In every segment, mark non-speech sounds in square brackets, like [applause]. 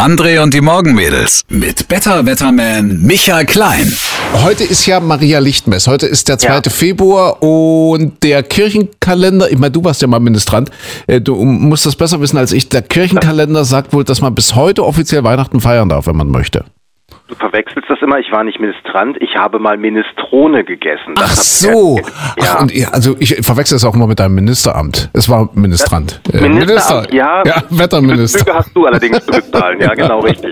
André und die Morgenmädels mit Better Wetterman Michael Klein. Heute ist ja Maria Lichtmess. Heute ist der 2. Ja. Februar und der Kirchenkalender, ich meine, du warst ja mal Ministrant, äh, du musst das besser wissen als ich. Der Kirchenkalender sagt wohl, dass man bis heute offiziell Weihnachten feiern darf, wenn man möchte. Du verwechselst das immer. Ich war nicht Ministrant. Ich habe mal Minestrone gegessen. Das Ach hab ich so. erst- Ja. Ach, und ihr- also ich verwechsel es auch immer mit deinem Ministeramt. Es war Ministrant. Äh, Ministeramt, ja. Ja, Wetterminister. Die Bezüge hast du allerdings zu bezahlen. Ja, [laughs] genau, richtig.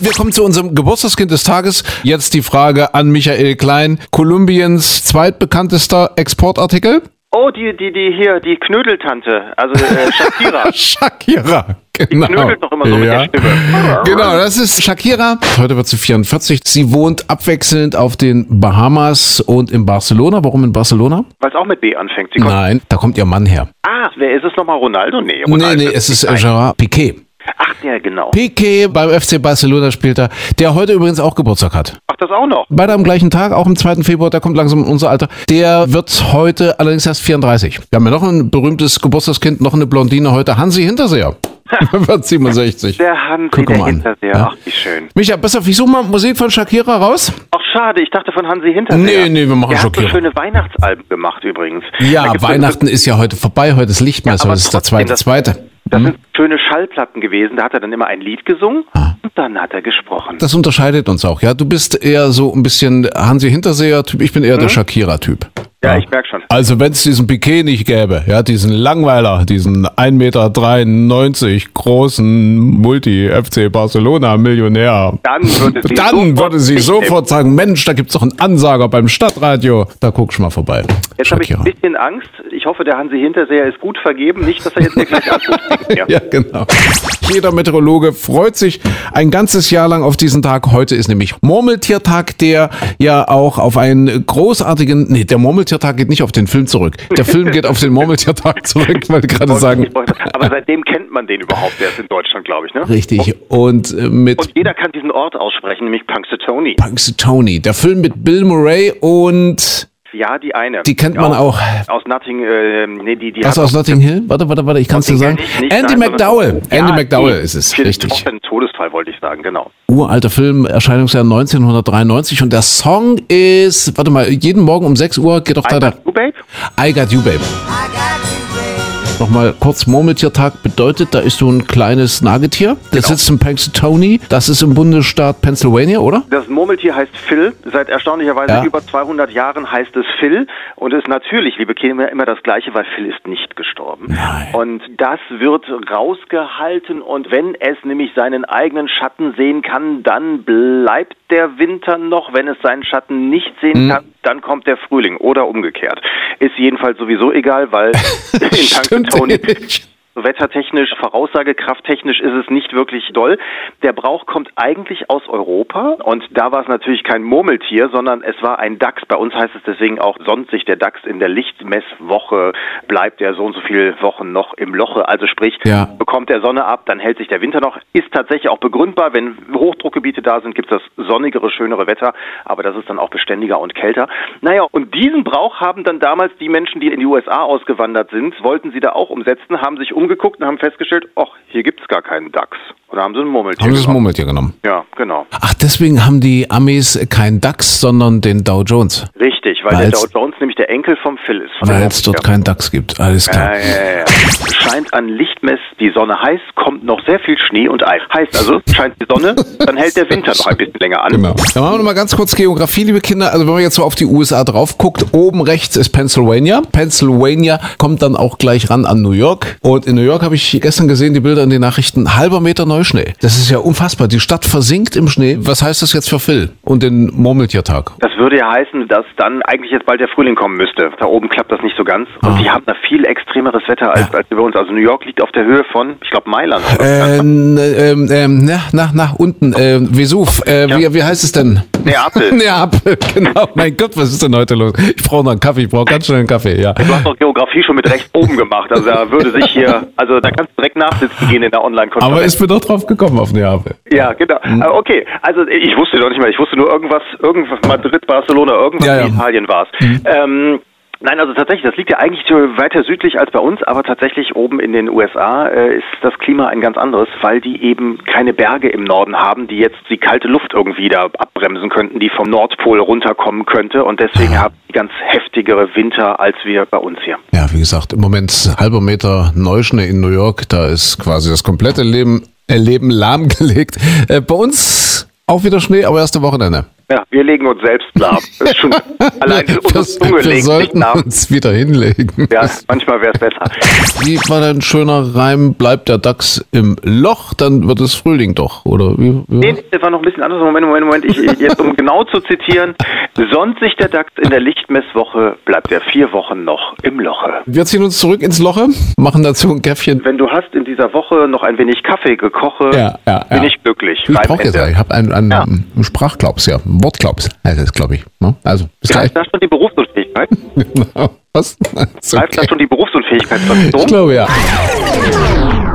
Wir kommen zu unserem Geburtstagskind des Tages. Jetzt die Frage an Michael Klein. Kolumbiens zweitbekanntester Exportartikel? Oh, die, die, die hier, die Knödeltante, also äh, [laughs] Shakira. Shakira. Genau. knödelt doch immer so mit der Stimme. Genau, das ist Shakira. Heute wird sie 44. Sie wohnt abwechselnd auf den Bahamas und in Barcelona. Warum in Barcelona? Weil es auch mit B anfängt. Sie kommt, Nein, da kommt ihr Mann her. ah, wer ist es nochmal? Ronaldo? Nee, Nee, Ronaldo nee, es ist äh, nicht. Gerard Piquet. Ach, ja, genau. Piquet beim FC Barcelona spielt er, der heute übrigens auch Geburtstag hat. Ach, das auch noch. Beide am gleichen Tag, auch am 2. Februar, da kommt langsam unser Alter. Der wird heute allerdings erst 34. Wir haben ja noch ein berühmtes Geburtstagskind, noch eine Blondine heute, Hansi Hinterseher. [laughs] wird 67. Der Hans, Guck der mal an. Hinterseher. Ja. Ach, wie schön. Micha, besser, ich suche mal Musik von Shakira raus. Ach, schade, ich dachte von Hansi Hinterseher. Nee, nee, wir machen Der hat so Shakira. schöne Weihnachtsalben gemacht übrigens. Da Ja, gibt's so- Weihnachten ist ja heute vorbei, heute ist Lichtmesse, aber heute ist der trotzdem, zweite, das- zweite. Hm? Das sind schöne Schallplatten gewesen. Da hat er dann immer ein Lied gesungen und dann hat er gesprochen. Ah. Das unterscheidet uns auch, ja. Du bist eher so ein bisschen Hansi Hinterseher-Typ, ich bin eher der Shakira-Typ. Hm? Ja, ich merk schon. Also wenn es diesen Piquet nicht gäbe, ja, diesen Langweiler, diesen 1,93 Meter großen Multi-FC Barcelona-Millionär, Dann würde sie dann sofort würde sie nicht sofort sagen, Mensch, da gibt's doch einen Ansager beim Stadtradio. Da guck ich mal vorbei. Jetzt habe ich ein Shakira. bisschen Angst. Ich hoffe, der Hansi Hinterseher ist gut vergeben. Nicht, dass er jetzt hier gleich [laughs] anruft. Ja. Ja, genau. Jeder Meteorologe freut sich ein ganzes Jahr lang auf diesen Tag. Heute ist nämlich Murmeltiertag, der ja auch auf einen großartigen, nee, der Murmeltiertag geht nicht auf den Film zurück. Der Film geht auf den [laughs] Murmeltiertag zurück, weil gerade sagen. Ich wollte- Aber seitdem kennt man den überhaupt. Der ist in Deutschland, glaube ich. Ne? Richtig. Und äh, mit Und jeder kann diesen Ort aussprechen, nämlich Punxsutawney. Punxsutawney, der Film mit Bill Murray und Ja, die eine. die kennt man Ja, auch. Aus Notting, äh, nee, die, die Was hat aus Notting Hill? Warte, warte, warte, ich kann es dir sagen. Nicht- nicht- Andy nein, McDowell. sondern- Andy Ja, McDowell die- ist es, die- die richtig. Tochter im Todesfall wollte ich sagen, genau. uralter Film, Erscheinungsjahr 1993 und der Song ist, warte mal, jeden Morgen um 6 Uhr geht doch da der Du, Babe? I Got You Babe. Nochmal kurz Murmeltiertag bedeutet, da ist so ein kleines Nagetier, der sitzt in Pennsylvania, das ist im Bundesstaat Pennsylvania, oder? Das Murmeltier heißt Phil. Seit erstaunlicherweise Ja. über 200 Jahren heißt es Phil. Und ist natürlich, liebe Kinder, immer das Gleiche, weil Phil ist nicht gestorben. Und das wird rausgehalten. Und wenn es nämlich seinen eigenen Schatten sehen kann, dann bleibt der Winter noch. Wenn es seinen Schatten nicht sehen kann, dann kommt der Frühling oder umgekehrt. Ist jedenfalls sowieso egal, weil in Tankstone nicht. Wettertechnisch, voraussagekrafttechnisch ist es nicht wirklich doll. Der Brauch kommt eigentlich aus Europa und da war es natürlich kein Murmeltier, sondern es war ein Dachs. Bei uns heißt es deswegen auch sonstig der Dachs in der Lichtmesswoche bleibt er so und so viele Wochen noch im Loche. Also sprich, Ja. bekommt der Sonne ab, dann hält sich der Winter noch. Ist tatsächlich auch begründbar, wenn Hochdruckgebiete da sind, gibt es das sonnigere, schönere Wetter, aber das ist dann auch beständiger und kälter. Naja, und diesen Brauch haben dann damals die Menschen, die in die USA ausgewandert sind, wollten sie da auch umsetzen, haben sich umgeguckt und haben festgestellt, ach, hier gibt's gar keinen Dachs. Und da haben sie ein [laughs] Murmeltier. Haben sie das genommen. Murmeltier genommen? ja, genau. Ach, deswegen haben die Amis keinen DAX, sondern den Dow Jones, Richtig, weil Weil's- der Dow Jones nämlich der Enkel vom Phil ist. Von dem weil es dort Murmeltier. keinen DAX gibt. Alles klar. Ah, ja, ja, ja. Scheint an Lichtmess die Sonne heiß, kommt noch sehr viel Schnee und Eis. Heißt also, scheint die Sonne, dann hält der Winter noch ein bisschen länger an. Genau. Dann machen wir noch mal ganz kurz Geografie, liebe Kinder. Also wenn man jetzt so auf die USA drauf guckt, oben rechts ist Pennsylvania. Pennsylvania kommt dann auch gleich ran an New York. Und in New York habe ich gestern gesehen, die Bilder in den Nachrichten, halber Meter Neuschnee. Das ist ja unfassbar. Die Stadt versinkt im Schnee. Was heißt das jetzt für Phil und den Murmeltiertag? Das würde ja heißen, dass dann eigentlich jetzt bald der Frühling kommen müsste. Da oben klappt das nicht so ganz. Und die haben da viel extremeres Wetter als, als über uns. Also New York liegt auf der Höhe von, ich glaube, Mailand. Ähm, ähm, ähm, na, nach, nach unten, ähm, Vesuv, äh, Ja. wie, wie heißt es denn? [laughs] Neapel. Neapel, genau. Mein Gott, was ist denn heute los? Ich brauche noch einen Kaffee, ich brauche ganz schnell einen Kaffee, ja. Du hast doch Geografie schon mit rechts oben gemacht. Also da würde sich hier, also da kannst du direkt nachsitzen gehen in der Online-Konferenz. Aber ich bin doch drauf gekommen auf Neapel. Ja, genau. Hm. Äh, Okay, also ich wusste doch nicht mehr. Ich wusste nur irgendwas, irgendwas Madrid, Barcelona, irgendwas Ja, ja. in Italien war's. Ähm, Nein, also tatsächlich, das liegt ja eigentlich weiter südlich als bei uns, aber tatsächlich oben in den USA äh, ist das Klima ein ganz anderes, weil die eben keine Berge im Norden haben, die jetzt die kalte Luft irgendwie da abbremsen könnten, die vom Nordpol runterkommen könnte. Und deswegen Ah. haben die ganz heftigere Winter als wir bei uns hier. Ja, wie gesagt, im Moment halber Meter Neuschnee in New York, da ist quasi das komplette Leben, äh, Leben lahmgelegt. Äh, bei uns auch wieder Schnee, aber erst am Wochenende. Ja, wir legen uns selbst [laughs] lahm. Das ist schon allein unsere Das- Zunge wir legt sich sollten [laughs] lahm. uns wieder hinlegen. Ja, manchmal wäre es besser. Wie war denn ein schöner Reim? Bleibt der Dachs im Loch, dann wird es Frühling doch, oder? Wie, wie? Nee, das war noch ein bisschen anders. Moment, Moment, Moment. Ich, ich- jetzt, [laughs] um genau zu zitieren, sonst sich der Dachs in der Lichtmesswoche, bleibt er vier Wochen noch im Loche. Wir ziehen uns zurück ins Loche, machen dazu ein Käffchen. Wenn du hast in dieser Woche noch ein wenig Kaffee gekoche, Ja, ja, bin ja. ich glücklich. Ich Beim brauche jetzt, Ende. ich habe einen, einen, einen Sprachklaps, ja, einen Wortklaps, heißt es, glaube ich. ne? Also, bis gleich. Greift da schon [laughs] die Berufsunfähigkeit? Genau. Was? Ist Greift da Okay. schon die Berufsunfähigkeit? Ich glaube, ja.